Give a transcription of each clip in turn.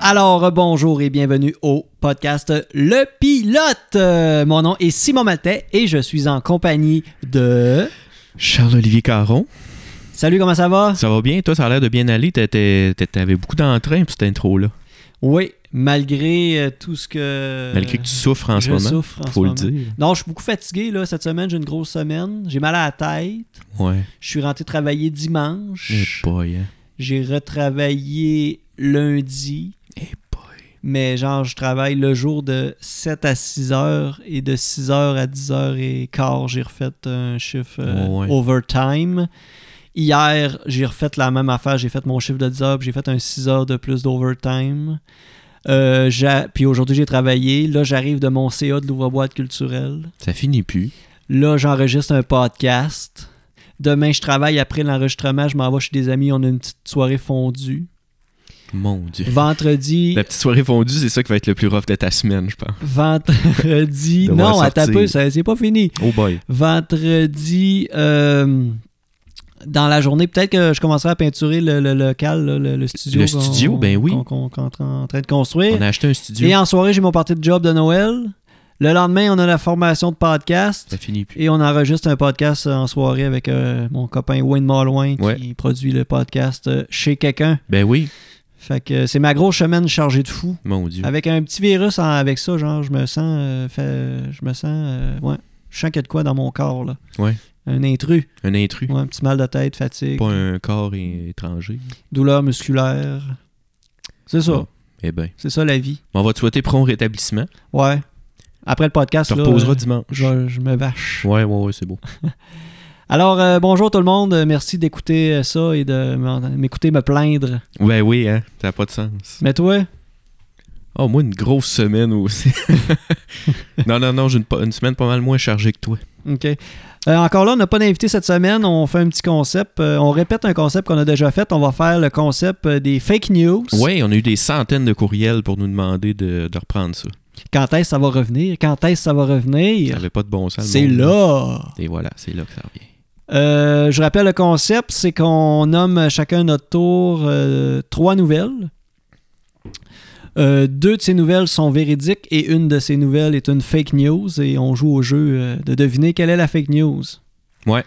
Alors, bonjour et bienvenue au podcast Le Pilote. Euh, Mon nom est Simon Maltais et je suis en compagnie de... Charles-Olivier Caron, Salut, comment ça va? ça va bien? Toi, ça a l'air de bien aller. T'étais- t'étais- T'avais beaucoup d'entrain pour cette intro-là. Oui, malgré euh, tout ce que... Malgré que tu souffres en je ce moment. souffre en ce faut le moment. dire. Non, je suis beaucoup fatigué là, cette semaine. J'ai une grosse semaine. J'ai mal à la tête. Ouais. Je suis rentré travailler Eh dimanche. boy, hein. J'ai retravaillé lundi. Eh boy. Mais genre, je travaille le jour de 7 à 6 heures et de 6 heures à 10 heures et quart, j'ai refait un chiffre euh, Ouais, ouais. overtime. Hier, j'ai refait la même affaire, j'ai fait mon chiffre de 10 heures, puis j'ai fait un 6 heures de plus d'overtime. Euh, j'a- puis aujourd'hui, j'ai travaillé. Là, j'arrive de mon CA de l'ouvre-boîte culturelle. Ça finit plus. Là, j'enregistre un podcast. Demain, je travaille après l'enregistrement. Je m'en vais chez des amis. On a une petite soirée fondue. Mon Dieu. Vendredi. La petite soirée fondue, c'est ça qui va être le plus rough de ta semaine, je pense. Vendredi. Devoir non, attends un sortir. peu, ça- c'est pas fini. Oh boy. Vendredi, euh, dans la journée, peut-être que je commencerai à peinturer le, le local, là, le, studio. Le qu'on- studio, ben oui. Qu'on qu'on- qu'on est en train de construire. On a acheté un studio. Et en soirée, j'ai mon party de job de Noël. Le lendemain, on a la formation de podcast. Ça finit plus. Et on enregistre un podcast en soirée avec euh, mon copain Wayne Malouin qui Ouais. produit le podcast euh, Chez quelqu'un. Ben oui. Fait que euh, c'est ma grosse semaine chargée de fou. Mon Dieu. Avec un petit virus en- avec ça, genre, je me sens. euh, fait- je me sens. euh, ouais. Je sens qu'il y a de quoi dans mon corps, là. Ouais. Un intrus. Un intrus. Ouais, un petit mal de tête, fatigue, Pas un corps é- étranger. douleur musculaire. C'est ça. Bon. Eh ben. C'est ça la vie. On va te souhaiter prompt rétablissement. Ouais. Après le podcast, Tu te là, reposeras euh, dimanche. je, je me vache. Ouais, ouais, ouais, c'est beau. Alors, euh, bonjour tout le monde. Euh, Merci d'écouter euh, ça et de m'en- m'écouter me plaindre. Ben oui, hein. Ça n'a pas de sens. Mais toi, Oh, moi, une grosse semaine aussi. non, non, non, j'ai une, pa- une semaine pas mal moins chargée que toi. OK. Euh, encore là, on n'a pas d'invité cette semaine. On fait un petit concept. Euh, on répète un concept qu'on a déjà fait. On va faire le concept euh, des fake news. Oui, on a eu des centaines de courriels pour nous demander de, de reprendre ça. Quand est-ce que ça va revenir? Quand est-ce que ça va Ça revenir? n'avait pas de bon sens. le C'est monde. là! Et voilà, c'est là que ça revient. Euh, je rappelle le concept, c'est qu'on nomme chacun notre tour euh, trois nouvelles. Euh, deux de ces nouvelles sont véridiques et une de ces nouvelles est une fake news et on joue au jeu euh, de deviner quelle est la fake news. Ouais.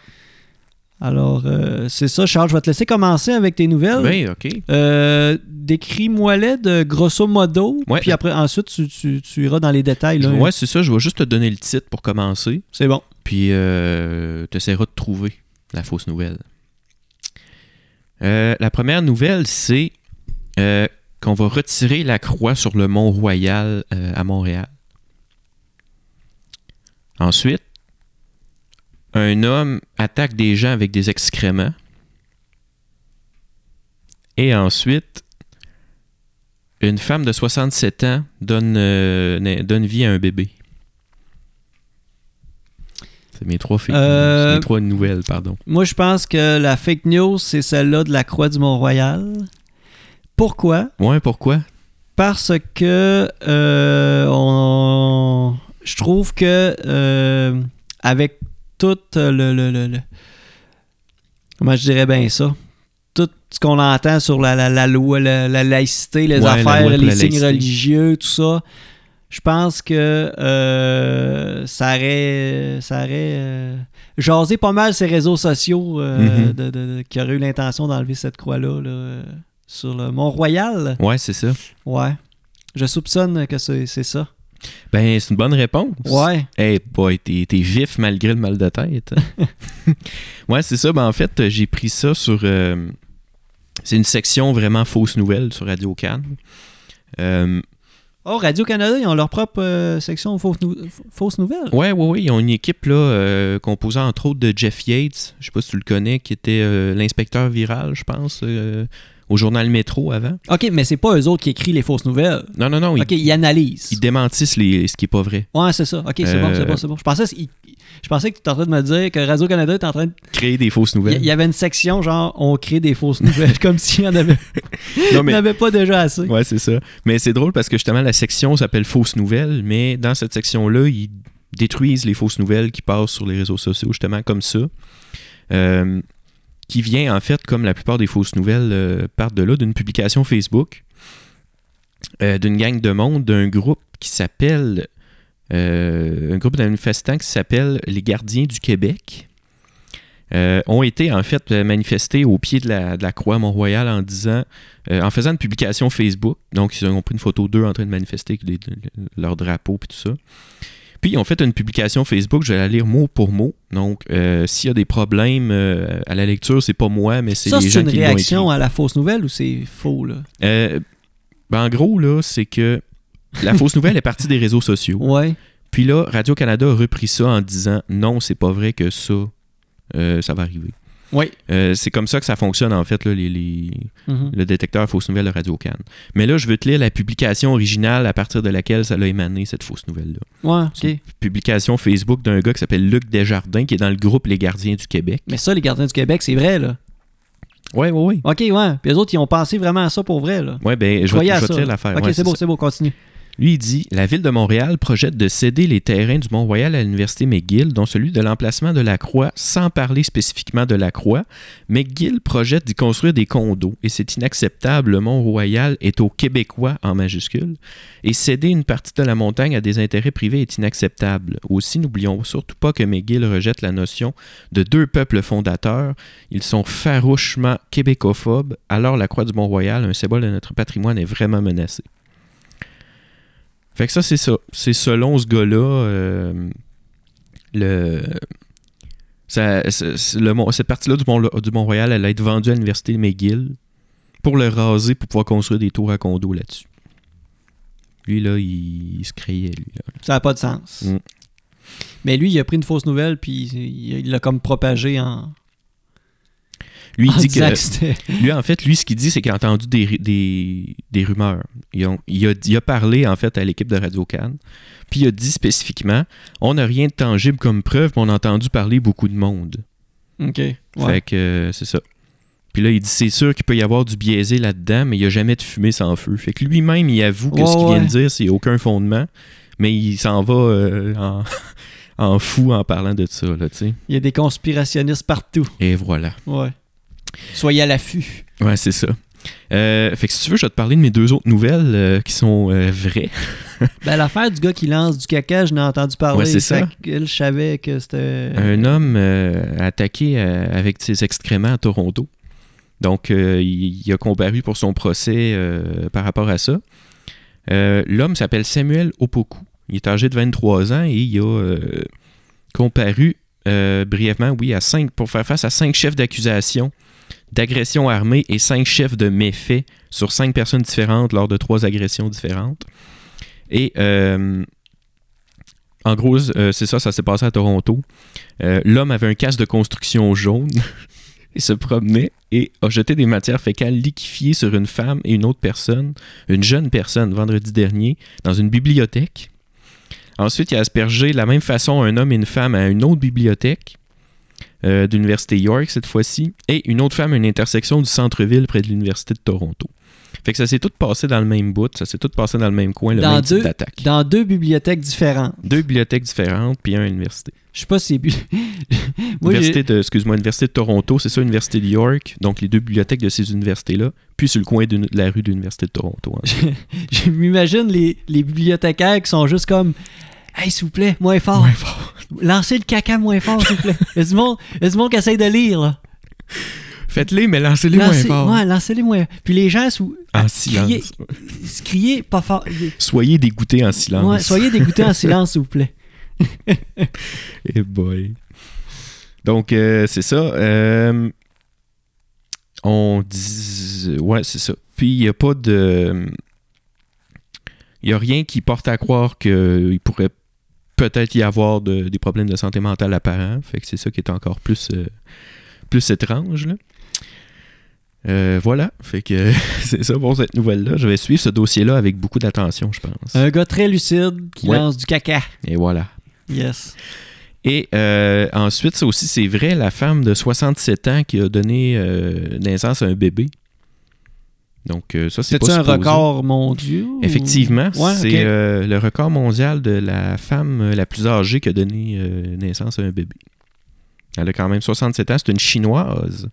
Alors, euh, c'est ça, Charles, je vais te laisser commencer avec tes nouvelles. Ben, OK. Euh, Décris-moi-les de grosso modo, Ouais. puis après, ensuite, tu, tu- tu iras dans les détails. là. Ouais, c'est ça. Je vais juste te donner le titre pour commencer. C'est bon. Puis, euh, tu essaieras de trouver la fausse nouvelle. Euh, la première nouvelle, c'est euh, qu'on va retirer la croix sur le Mont Royal euh, à Montréal. Ensuite, un homme attaque des gens avec des excréments. Et ensuite, une femme de 67 ans donne, euh, na- donne vie à un bébé. C'est mes trois, fake news, Euh, mes trois nouvelles, pardon. Moi, je pense que la fake news, c'est celle-là de la Croix du Mont-Royal. Pourquoi? Ouais, pourquoi? Parce que euh, on- je trouve que euh, avec tout euh, le, le- le- le- Comment je dirais bien ça? Tout ce qu'on entend sur la, la- la loi, la, la laïcité, les Ouais, la affaires, loi pour les la signes laïcité. religieux, tout ça, je pense que euh, ça aurait... Ça aurait euh, jasé pas mal ces réseaux sociaux euh, Mhm. de- de- de- qui auraient eu l'intention d'enlever cette croix-là là, euh, sur le Mont-Royal. Ouais, c'est ça. Ouais. Je soupçonne que c'est c'est ça. Ben, c'est une bonne réponse. Ouais. Hey boy, t'es t'es vif malgré le mal de tête. ouais, c'est ça. Ben, en fait, j'ai pris ça sur. euh, c'est une section vraiment fausse nouvelle sur Radio Cannes. Euh, Oh, Radio-Canada, ils ont leur propre euh, section fausses nou- fausses nouvelles. ouais, ouais, ouais. Ils ont une équipe là, euh, composée entre autres de Jeff Yates. Je sais pas si tu le connais, qui était euh, l'inspecteur viral, je pense, euh, au journal Métro avant. OK, mais c'est pas eux autres qui écrivent les fausses nouvelles. Non, non, non. Ils, OK, ils analysent. ils démentissent les, ce qui est pas vrai. Ouais, c'est ça. OK, c'est bon, c'est Euh, bon, c'est bon. Je pensais, qu'ils- je pensais que tu étais en train de me dire que Radio-Canada était en train de... Créer des fausses Il y- nouvelles. il y avait une section genre « On crée des fausses nouvelles » comme s'il n'y en avait, Non, il y en avait pas déjà assez. Ouais, c'est ça. Mais c'est drôle parce que justement, la section s'appelle Fausses Nouvelles, mais dans cette section-là, ils détruisent les fausses nouvelles qui passent sur les réseaux sociaux, justement, comme ça. Euh, qui vient, en fait, comme la plupart des fausses nouvelles, euh, partent de là, d'une publication Facebook. euh, d'une gang de monde, d'un groupe qui s'appelle. euh, un groupe de manifestants qui s'appelle Les Gardiens du Québec. euh, ont été en fait euh, manifestés au pied de la, de la croix Mont-Royal en disant, euh, en faisant une publication Facebook. Donc, ils ont pris une photo d'eux en train de manifester avec les- leur drapeau et tout ça. Puis ils ont fait une publication Facebook, je vais la lire mot pour mot. Donc, euh, s'il y a des problèmes euh, à la lecture, c'est pas moi, mais c'est Ça, les c'est gens une qui l'ont écrit. réaction à la fausse nouvelle ou c'est faux, là? Euh, ben, en gros, là, c'est que la fausse nouvelle est partie des réseaux sociaux. Ouais. Puis là, Radio-Canada a repris ça en disant non, c'est pas vrai que ça, euh, ça va arriver. Oui. Euh, c'est comme ça que ça fonctionne, en fait, là, les, les- Mhm. le détecteur fausse nouvelle de Radio-Can. Mais là, je veux te lire la publication originale à partir de laquelle ça l'a émané, cette fausse nouvelle-là. Ouais, OK. Publication Facebook d'un gars qui s'appelle Luc Desjardins, qui est dans le groupe Les Gardiens du Québec. Mais ça, les gardiens du Québec, c'est vrai, là. Ouais, ouais, ouais. OK, ouais. Puis les autres, ils ont pensé vraiment à ça pour vrai, là. Ouais, ben, je vais, Croyez à je vais te ça. lire l'affaire. OK, Ouais, c'est c'est beau, c'est beau, continue. Lui, il dit La ville de Montréal projette de céder les terrains du Mont-Royal à l'Université McGill, dont celui de l'emplacement de la Croix, sans parler spécifiquement de la Croix. McGill projette d'y construire des condos, et c'est inacceptable. Le Mont-Royal est au Québécois en majuscule, et céder une partie de la montagne à des intérêts privés est inacceptable. Aussi, n'oublions surtout pas que McGill rejette la notion de deux peuples fondateurs. Ils sont farouchement québécophobes, alors la Croix du Mont-Royal, un symbole de notre patrimoine, est vraiment menacée. Fait que ça, c'est ça. C'est selon ce gars-là, euh, le. ça- ça- c'est- le mont- cette partie-là du, mont, du Mont-Royal, elle a été vendue à l'université McGill pour le raser pour pouvoir construire des tours à condos là-dessus. Lui, là, il, il se créait, lui. là. Ça n'a pas de sens. Mm. Mais lui, il a pris une fausse nouvelle, puis il il l'a comme propagé en. Lui, il en dit disant que. que c'était- Lui, en fait, lui, ce qu'il dit, c'est qu'il a entendu des, ru- des, des rumeurs. Ils ont- il, a, il a parlé, en fait, à l'équipe de Radio Cannes. Puis il a dit spécifiquement on n'a rien de tangible comme preuve, mais on a entendu parler beaucoup de monde. OK. Ouais. Fait que euh, c'est ça. Puis là, il dit c'est sûr qu'il peut y avoir du biaisé là-dedans, mais il n'y a jamais de fumée sans feu. Fait que lui-même, il avoue que Ouais, ce qu'il ouais. vient de dire, c'est aucun fondement, mais il s'en va euh, en, en fou en parlant de ça, là, tu sais. Il y a des conspirationnistes partout. Et voilà. Ouais. Soyez à l'affût. Ouais, c'est ça. Euh, fait que si tu veux, je vais te parler de mes deux autres nouvelles euh, qui sont euh, vraies. Ben, l'affaire du gars qui lance du caca, je n'ai entendu parler. Ouais, c'est Fait ça. que Je savais que c'était. Un homme euh, attaqué euh, avec ses excréments à Toronto. Donc, euh, il, il a comparu pour son procès euh, par rapport à ça. Euh, L'homme s'appelle Samuel Opoku. Il est âgé de 23 ans et il a euh, comparu euh, brièvement, oui, à cinq, pour faire face à cinq chefs d'accusation d'agression armée et cinq chefs de méfaits sur cinq personnes différentes lors de trois agressions différentes. Et euh, en gros, euh, c'est ça, ça s'est passé à Toronto. Euh, L'homme avait un casque de construction jaune. Il se promenait et a jeté des matières fécales liquéfiées sur une femme et une autre personne, une jeune personne, vendredi dernier, dans une bibliothèque. Ensuite, il a aspergé de la même façon un homme et une femme à une autre bibliothèque euh, de l'Université York cette fois-ci, et une autre femme à une intersection du centre-ville près de l'Université de Toronto. Fait que ça s'est tout passé dans le même bout, ça s'est tout passé dans le même coin, le Dans même type deux- d'attaque. Dans deux bibliothèques différentes. Deux bibliothèques différentes, puis un à l'université. Je sais pas si. Moi, j'ai- Université de, excuse-moi, Université de Toronto, c'est ça, Université de York, donc les deux bibliothèques de ces universités-là, puis sur le coin d'une- de la rue de l'Université de Toronto. hein. je m'imagine les, les bibliothécaires qui sont juste comme. Hey, s'il vous plaît, moins fort. Moins fort. Lancez le caca moins fort, s'il vous plaît. Il y a du monde, il y a du monde qui essaye de lire, là. Faites-les, mais lancez-les moins Lancez- fort. Ouais, lancez-les moins. Puis les gens, sous, En criez, silence. se crier pas fort. Soyez dégoûtés en silence. Ouais, soyez dégoûtés en silence, s'il vous plaît. Eh boy. Donc, euh, c'est ça. euh, on dit. Ouais, c'est ça. Puis, il n'y a pas de. Il n'y a rien qui porte à croire qu'il pourrait peut-être y avoir de- des problèmes de santé mentale apparents. Fait que c'est ça qui est encore plus, euh, plus étrange. là. Euh, voilà, fait que c'est ça pour cette nouvelle-là. Je vais suivre ce dossier-là avec beaucoup d'attention, je pense. Un gars très lucide qui Ouais. lance du caca. Et voilà. Yes. Et euh, ensuite, ça aussi, c'est vrai, la femme de 67 ans qui a donné euh, naissance à un bébé. Donc, euh, ça, c'est C'est-tu pas un supposé. record mondieu? ou- Effectivement, Ouais, c'est ok. euh, le record mondial de la femme euh, la plus âgée qui a donné euh, naissance à un bébé. Elle a quand même 67 ans, c'est une chinoise.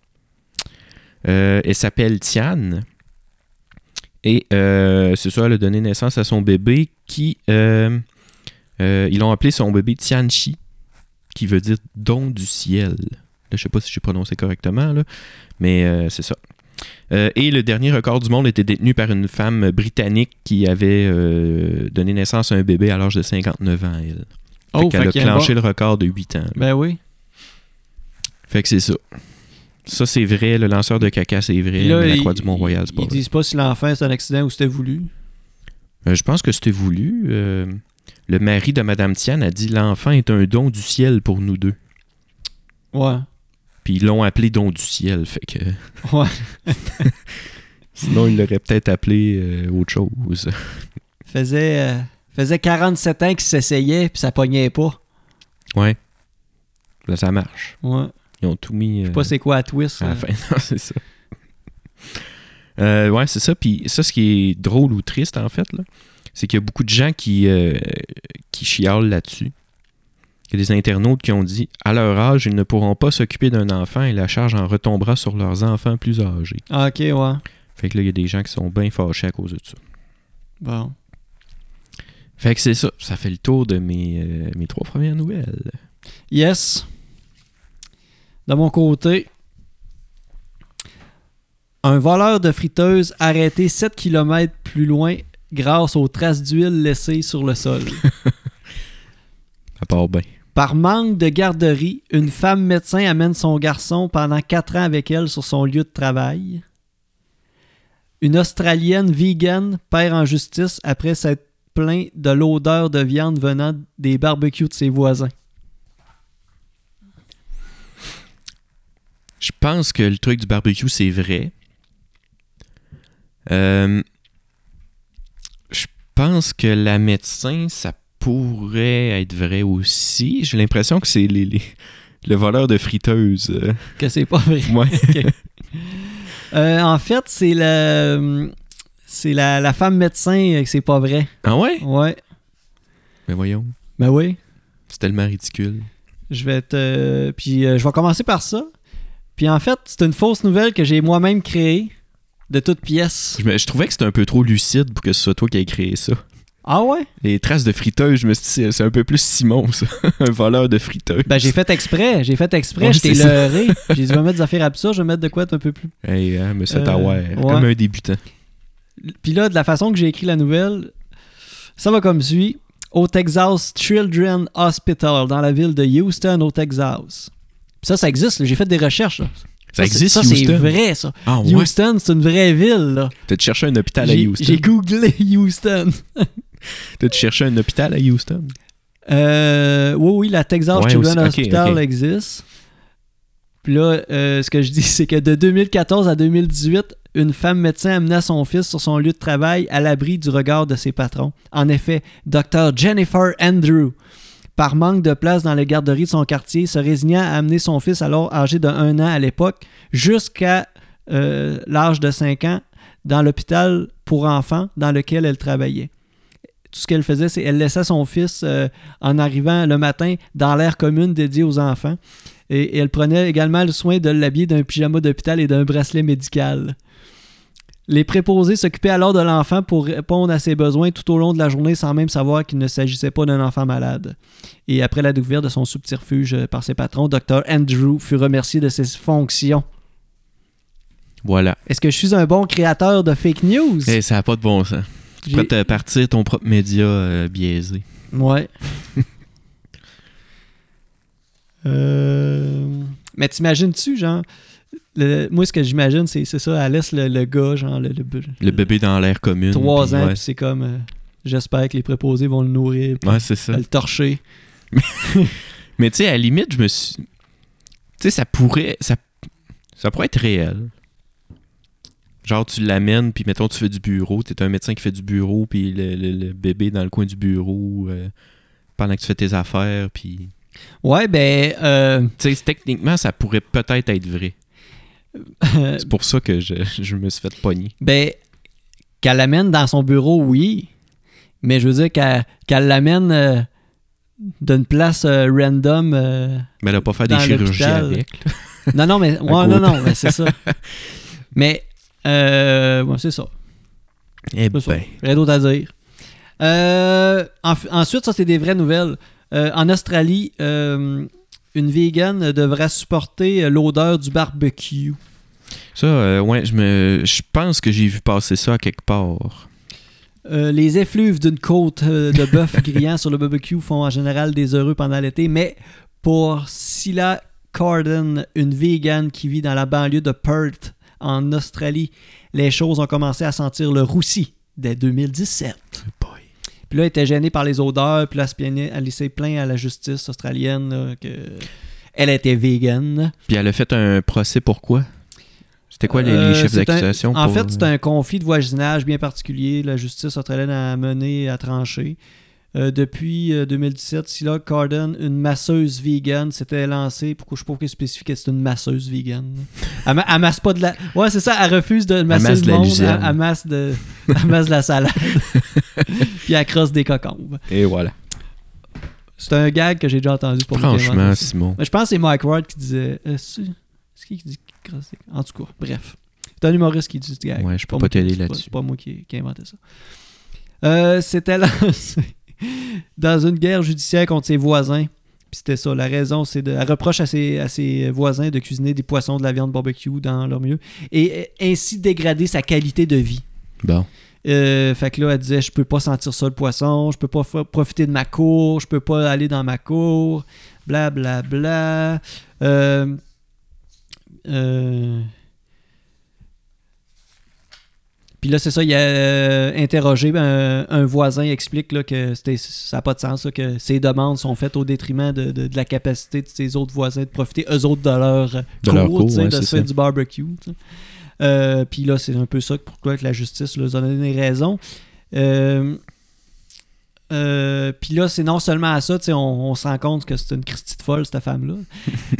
Euh, elle s'appelle Tian. Et euh, c'est ça, elle a donné naissance à son bébé qui. euh, euh, ils l'ont appelé son bébé Tianchi, qui veut dire don du ciel. Là, je sais pas si j'ai prononcé correctement, là, mais euh, c'est ça. Euh, et le dernier record du monde était détenu par une femme britannique qui avait euh, donné naissance à un bébé à l'âge de 59 ans, elle. Fait Oh, qu'elle fait a qu'il y a un clenché le record de 8 ans. bon- Ben oui. Fait que c'est ça. Ça, c'est vrai. Le lanceur de caca, c'est vrai. Puis là, mais la ils- Croix du Mont-Royal, c'est pas Ils vrai. disent pas si l'enfant c'est un accident ou c'était voulu. Euh, je pense que c'était voulu. euh, le mari de Madame Tian a dit « L'enfant est un don du ciel pour nous deux. Ouais. » Puis ils l'ont appelé « don du ciel », fait que... Ouais. Sinon, ils l'auraient peut-être appelé euh, autre chose. Faisait, euh, faisait 47 ans qu'il s'essayait puis ça pognait pas. Ouais. Là, ça marche. Ouais. Ils ont tout mis... Je sais pas euh, c'est quoi à twist. À euh. la fin, non, c'est ça. Euh, ouais, c'est ça. Puis ça, ce qui est drôle ou triste, en fait, là, c'est qu'il y a beaucoup de gens qui, euh, qui chialent là-dessus. Il y a des internautes qui ont dit à leur âge, ils ne pourront pas s'occuper d'un enfant et la charge en retombera sur leurs enfants plus âgés. Ah, ok, ouais. Fait que là, il y a des gens qui sont bien fâchés à cause de ça. Bon. Fait que c'est ça. Ça fait le tour de mes, euh, mes trois premières nouvelles. Yes. De mon côté, un voleur de friteuse arrêté 7 km plus loin grâce aux traces d'huile laissées sur le sol. À part ben. bien. Par manque de garderie, une femme médecin amène son garçon pendant 4 ans avec elle sur son lieu de travail. Une Australienne vegan perd en justice après s'être plaint de l'odeur de viande venant des barbecues de ses voisins. Je pense que le truc du barbecue, c'est vrai. Euh, je pense que la médecin, ça pourrait être vrai aussi. J'ai l'impression que c'est les, les- le voleur de friteuse. euh, Que c'est pas vrai. Ouais. Euh, en fait, c'est la, c'est la, la femme médecin euh, que c'est pas vrai. Ah ouais? Ouais. Mais voyons, Ben oui. c'est tellement ridicule. Je vais te. Puis euh, je vais commencer par ça. Puis en fait, c'est une fausse nouvelle que j'ai moi-même créée de toutes pièces. Je, me- je trouvais que c'était un peu trop lucide pour que ce soit toi qui aies créé ça. Ah ouais? Les traces de friteuse, je me suis dit, c'est- c'est un peu plus Simon, ça. un voleur de friteuse. Ben j'ai fait exprès. J'ai fait exprès. Ouais, J'étais c'est ça. leurré. J'ai dit, je vais mettre des affaires absurdes. Je vais mettre de quoi être un peu plus. Hey, hein, monsieur Euh, Tawar, ouais. comme un débutant. Puis là, de la façon que j'ai écrit la nouvelle, ça va comme suit. Au Texas Children Hospital, dans la ville de Houston, au Texas. Puis ça, ça existe. là. J'ai fait des recherches. là. c'est- Ça, existe, ça, c'est Houston? vrai, ça. Ah ouais? Houston, c'est une vraie ville, là. T'as-tu cherché un hôpital à J'ai Houston? j'ai googlé Houston. T'as-tu cherché un hôpital à Houston? Euh, oui, oui, la Texas Ouais, Children's aussi. Ok, Hospital ok. existe. Puis là, euh, ce que je dis, c'est que de 2014 à 2018, une femme médecin amena son fils sur son lieu de travail à l'abri du regard de ses patrons. En effet, Dr. Jennifer Andrew, par manque de place dans les garderies de son quartier, se résigna à amener son fils, alors âgé de 1 an à l'époque, jusqu'à euh, l'âge de 5 ans, dans l'hôpital pour enfants dans lequel elle travaillait. Tout ce qu'elle faisait, c'est qu'elle laissait son fils euh, en arrivant le matin dans l'aire commune dédiée aux enfants. Et, et elle prenait également le soin de l'habiller d'un pyjama d'hôpital et d'un bracelet médical. Les préposés s'occupaient alors de l'enfant pour répondre à ses besoins tout au long de la journée sans même savoir qu'il ne s'agissait pas d'un enfant malade. Et après la découverte de son subterfuge euh, par ses patrons, Dr. Andrew fut remercié de ses fonctions. Voilà. Est-ce que je suis un bon créateur de fake news? Hey, ça n'a pas de bon sens. Tu J'ai- peux te partir ton propre média euh, biaisé. Ouais. Euh, Mais t'imagines-tu, genre, le- moi, ce que j'imagine, c'est c'est ça, elle laisse le, le gars, genre, le, le, Le bébé dans l'air commune. trois puis ans, Ouais, puis c'est comme, euh, j'espère que les préposés vont le nourrir, puis Ouais, c'est ça. le torcher. Mais tu sais, à la limite, je me suis. Tu sais, ça pourrait. Ça... ça pourrait être réel. Genre, tu l'amènes, puis mettons, tu fais du bureau. T'es un médecin qui fait du bureau, puis le, le- le bébé dans le coin du bureau euh, pendant que tu fais tes affaires, puis. Ouais, ben, euh, Tu sais, techniquement, ça pourrait peut-être être vrai. euh, C'est pour ça que je, je me suis fait pogner. ben, qu'elle l'amène dans son bureau, oui, mais je veux dire qu'elle qu'elle l'amène euh, d'une place euh, random. euh, Mais elle a pas fait Dans des chirurgies l'hôpital. avec. là. Non, non, mais. ouais, côté. non, non, mais c'est ça. Mais. Euh, ouais, c'est ça. Eh C'est ça. ben. Rien d'autre à dire. Euh, en- ensuite, ça, c'est des vraies nouvelles. Euh, en Australie, euh, une végane devra supporter euh, l'odeur du barbecue. Ça, euh, ouais, je me, je pense que j'ai vu passer ça à quelque part. Euh, les effluves d'une côte euh, de bœuf grillant sur le barbecue font en général des heureux pendant l'été, mais pour Scylla Carden, une végane qui vit dans la banlieue de Perth, en Australie, les choses ont commencé à sentir le roussi dès 2017. Puis là, elle était gênée par les odeurs, puis là, elle se plaignait- elle s'est plainte à la justice australienne là, que elle était vegan. Puis elle a fait un procès pourquoi C'était quoi les, les Euh, chefs c'est un- d'accusation En pour- fait, c'est un conflit de voisinage bien particulier. La justice australienne a mené à trancher. Euh, depuis euh, 2017, Silla Carden, une masseuse vegan, s'était lancée. Pourquoi je sais pas pourquoi elle spécifie que c'est une masseuse vegan. Elle, ma- elle masse pas de la. Ouais, c'est ça, elle refuse de masser masse le de la monde. luzerne. elle, elle masse de... elle masse de la salade. Puis elle crosse des cocombes. Et voilà. C'est un gag que j'ai déjà entendu pour Franchement, Simon. mais je pense que c'est Mike Ward qui disait. euh, c'est c'est qui qui dit qu'il crossait? En tout cas, bref. C'est un humoriste qui dit ce gag. Ouais, je C'est peux moi pas qui- t'aider c'est là-dessus. C'est pas moi qui, qui ai inventé ça. Euh, C'était lancé dans une guerre judiciaire contre ses voisins. Puis c'était ça. La raison, c'est de. Elle reproche à ses, à ses voisins de cuisiner des poissons de la viande barbecue dans leur milieu et euh, ainsi dégrader sa qualité de vie. Bon. Euh, fait que là, elle disait Je peux pas sentir ça le poisson, je peux pas fa- profiter de ma cour, je peux pas aller dans ma cour, bla bla bla. Euh, euh. Puis là, c'est ça, il a euh, interrogé ben, un voisin, explique là, que c'était- ça n'a pas de sens, là, que ces demandes sont faites au détriment de, de- de la capacité de ses autres voisins de profiter, eux autres, de leur euh, De leur cour, tu sais, ouais, de se c'est faire ça. du barbecue. tu sais. Euh, Puis là, c'est un peu ça que pourquoi que la justice leur a donné raison. Euh, euh, Puis là, c'est non seulement à ça, tu sais, on, on se rend compte que c'est une Christie de folle, cette femme-là.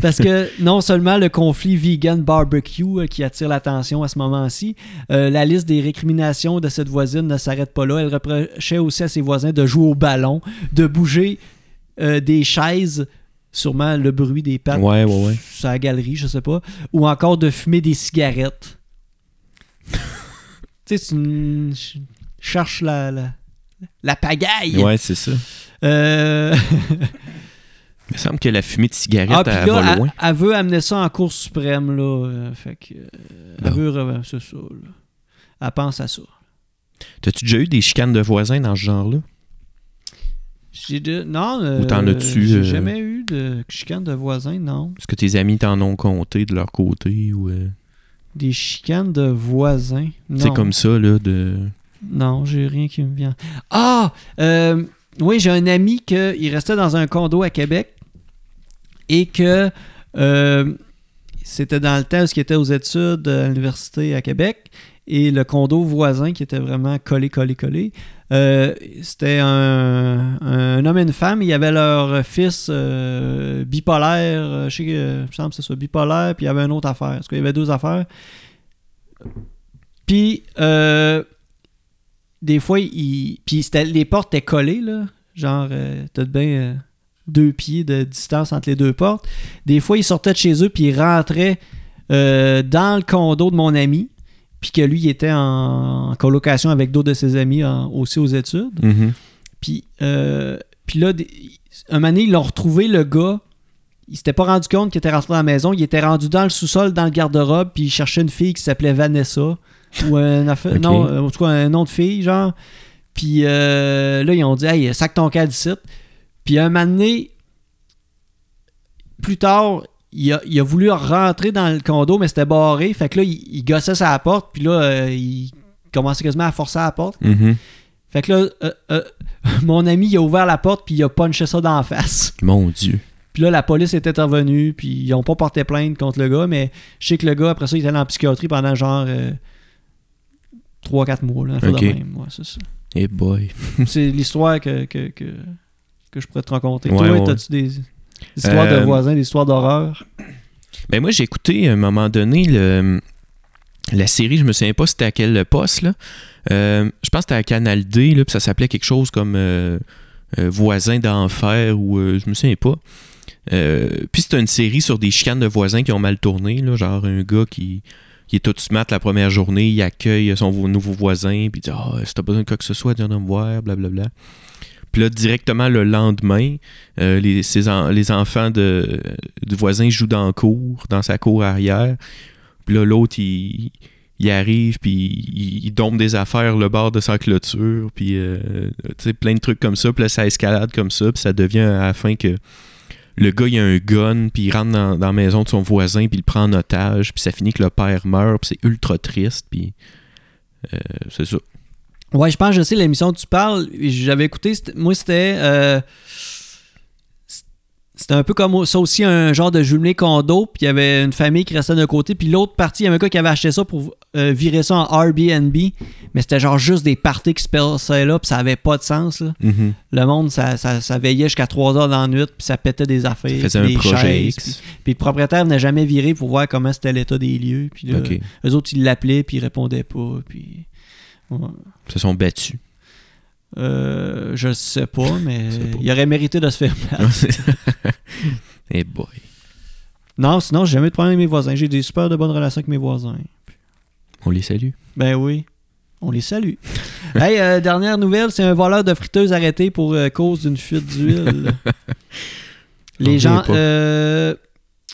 Parce que non seulement le conflit vegan barbecue euh, qui attire l'attention à ce moment-ci, euh, la liste des récriminations de cette voisine ne s'arrête pas là. Elle reprochait aussi à ses voisins de jouer au ballon, de bouger euh, des chaises, sûrement le bruit des pattes Ouais, ouais, ouais. sur la galerie, je sais pas, ou encore de fumer des cigarettes. tu sais, tu n- ch- cherches la, la, la pagaille. Ouais, c'est ça. Euh, Il me semble que la fumée de cigarette, Ah, puis elle va là, loin. elle, elle veut amener ça en Cour suprême, là. euh, fait que, euh, Bon. Elle veut revenir c'est ça, là. Elle pense à ça. T'as-tu déjà eu des chicanes de voisins dans ce genre-là J'ai de- Non, euh, Ou t'en as-tu, J'ai euh, jamais eu de chicane de voisins, non. Est-ce que tes amis t'en ont compté de leur côté ou euh, Des chicanes de voisins, non. C'est comme ça, là, de. Non, j'ai rien qui me vient. Ah! Euh, oui, j'ai un ami que il restait dans un condo à Québec et que euh, c'était dans le temps où il était aux études à l'université à Québec et le condo voisin qui était vraiment collé, collé, collé. euh, c'était un, un homme et une femme. Il y avait leur fils euh, bipolaire, euh, je sais que euh, il me semble que c'est ça, bipolaire, puis il y avait une autre affaire. Parce qu'il y avait deux affaires. Puis, euh, des fois, il... puis c'était- les portes étaient collées, là. Genre, euh, t'as de bien euh, deux pieds de distance entre les deux portes. Des fois, il sortait de chez eux, puis il rentrait euh, dans le condo de mon ami, puis que lui, il était en, en colocation avec d'autres de ses amis en- aussi aux études. Mhm. Puis, euh, puis là, des- un moment donné, ils l'ont retrouvé, le gars. Il s'était pas rendu compte qu'il était rentré dans la maison. Il était rendu dans le sous-sol, dans le garde-robe, puis il cherchait une fille qui s'appelait Vanessa. Ou un affaire. Ok. Non, euh, en tout cas, un nom de fille, genre. Puis euh, là, ils ont dit, hey, sac ton cas d'ici. Puis un moment donné, plus tard, il a, il a voulu rentrer dans le condo, mais c'était barré. Fait que là, il, il gossait sa porte, puis là, euh, il commençait quasiment à forcer la porte. Mhm. Fait que là, euh, euh, mon ami, il a ouvert la porte, puis il a punché ça dans la face. Mon Dieu. Puis là, la police est intervenue, puis ils ont pas porté plainte contre le gars, mais je sais que le gars, après ça, il était allé en psychiatrie pendant genre 3-4 mois. Là, un fait Ok. de même, ouais, c'est ça. Eh boy. C'est l'histoire que, que, que, que je pourrais te raconter. Ouais, Toi, ouais. t'as-tu des, des histoires Euh, de voisins, des histoires d'horreur? Ben moi, j'ai écouté à un moment donné le, la série, je me souviens pas c'était à quel poste, là. Euh, je pense que c'était à Canal D, là, puis ça s'appelait quelque chose comme euh, euh, Voisin d'enfer ou euh, je me souviens pas. Euh, puis c'était une série sur des chicanes de voisins qui ont mal tourné, là, genre un gars qui, il est tout smart la première journée, il accueille son vo- nouveau voisin, puis il dit Ah, si t'as besoin de quoi que ce soit, viens me voir, blablabla. Puis là, directement le lendemain, euh, les, ses en- les enfants de, du voisin jouent dans la cour, dans sa cour arrière. Puis là, l'autre, il, il arrive, puis il, il dompe des affaires le bord de sa clôture, puis euh, tu sais, plein de trucs comme ça. Puis là, ça escalade comme ça, puis ça devient à la fin que le gars, il a un gun, puis il rentre dans, dans la maison de son voisin, puis il le prend en otage, puis ça finit que le père meurt, puis c'est ultra triste, puis euh, c'est ça. Ouais, je pense, je sais, l'émission que tu parles, j'avais écouté, c'était- moi c'était. euh, c'était un peu comme ça aussi, un genre de jumelé condo, puis il y avait une famille qui restait d'un côté, puis l'autre partie, il y avait un gars qui avait acheté ça pour euh, virer ça en Airbnb, mais c'était genre juste des parties qui se passaient là, puis ça avait pas de sens. Là. Mhm. Le monde, ça, ça, ça veillait jusqu'à 3h dans la nuit, puis ça pétait des affaires. Ça faisait puis un des projet chaises, X. puis, puis le propriétaire venait jamais virer pour voir comment c'était l'état des lieux, puis là, OK. eux autres, ils l'appelaient, puis ils répondaient pas, puis. ouais. Ils se sont battus. Euh, je sais pas, mais sais pas. il aurait mérité de se faire mal. Eh boy. Non, sinon, j'ai jamais eu de problème avec mes voisins. J'ai des super de bonnes relations avec mes voisins. On les salue. Ben oui. On les salue. hey, euh, dernière nouvelle, c'est un voleur de friteuse arrêté pour euh, cause d'une fuite d'huile. Les J'en gens. reviens pas. euh,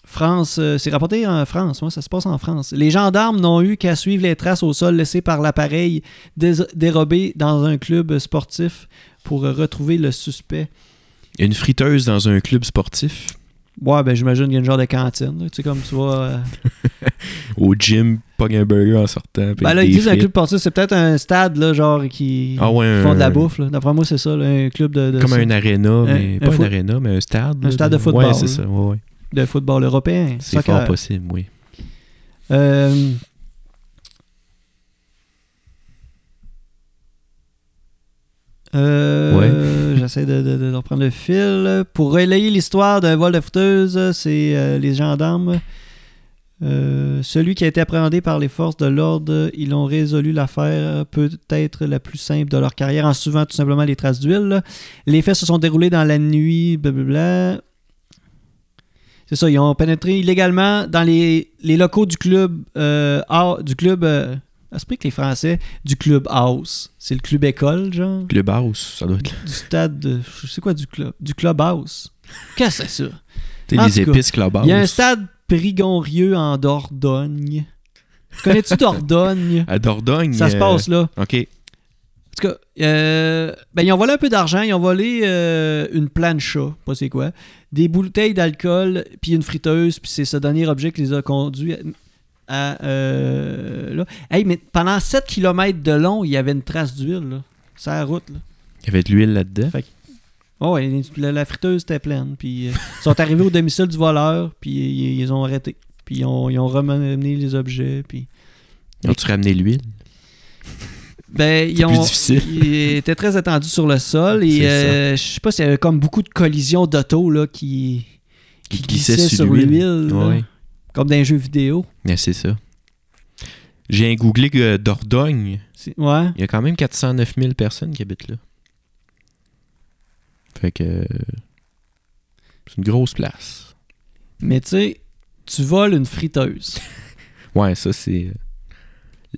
France, euh, c'est rapporté en France, ouais, ça se passe en France. Les gendarmes n'ont eu qu'à suivre les traces au sol laissées par l'appareil dés- dérobé dans un club sportif pour euh, retrouver le suspect. Une friteuse dans un club sportif, Ouais, ben j'imagine qu'il y a une genre de cantine. là. Tu sais, comme tu vois. euh, au gym, pogne un burger en sortant. puis Ben là, des ils disent un frites. club sportif, c'est peut-être un stade, là, genre, qui Ah ouais, qui font de la un- bouffe. là. D'après moi, c'est ça, là, un club de, de, Comme un aréna, mais un pas foot- un aréna, mais un stade. Un là, stade de football, Ouais, c'est là. ça. ouais, ouais. de football européen. C'est soccer. fort possible, oui. Euh, euh, J'essaie de, de- de- de reprendre le fil. Pour relayer l'histoire d'un vol de friteuse, c'est euh, les gendarmes. Euh, celui qui a été appréhendé par les forces de l'ordre, ils ont résolu l'affaire peut-être la plus simple de leur carrière en suivant tout simplement les traces d'huile. Les faits se sont déroulés dans la nuit, blablabla. C'est ça, ils ont pénétré illégalement dans les, les locaux du club euh, hou- du club euh, à ce prix que les Français du club house. C'est le club école, genre. Club house, ça doit être Du stade de, je sais quoi du club. Du club house. Qu'est-ce que c'est ça? T'sais, En les tout cas, épices club house. Il y a un stade Prigonrieux en Dordogne. Connais-tu Dordogne? À Dordogne. Ça se euh, passe là. OK. En tout cas, euh, ben, ils ont volé un peu d'argent, ils ont volé euh, une plancha, pas c'est quoi, des bouteilles d'alcool, puis une friteuse, puis c'est ce dernier objet qui les a conduits à. à, euh, là. Hey, mais pendant 7 km de long, il y avait une trace d'huile, là. C'est la route, là. Il y avait de l'huile là-dedans. Oh, ouais, la, la friteuse était pleine, puis euh, ils sont arrivés au domicile du voleur, puis euh, ils, ils ont arrêté, puis ils ont, ils ont ramené les objets, puis. Ils Ont-tu ramené l'huile? Ben, ils C'est plus ont- difficile. ils étaient très attendus sur le sol C'est et ça. euh, je sais pas s'il y avait comme beaucoup de collisions d'auto là qui, Qui glissaient glissaient sur l'huile. là. Ouais. comme dans un jeu vidéo. Mais c'est ça. J'ai un googlé que Dordogne. C'est- Ouais. Il y a quand même 409 000 personnes qui habitent là. Fait que. euh, C'est une grosse place. Mais tu sais, tu voles une friteuse. Ouais, ça, c'est. euh,